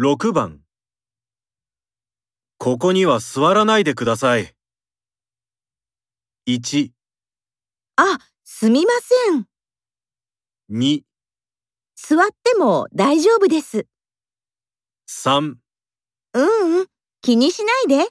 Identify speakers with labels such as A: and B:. A: 6番ここには座らないでください。1、
B: あ、すみません。
A: 2、
B: 座っても大丈夫です。
A: 3
B: うんうん、気にしないで。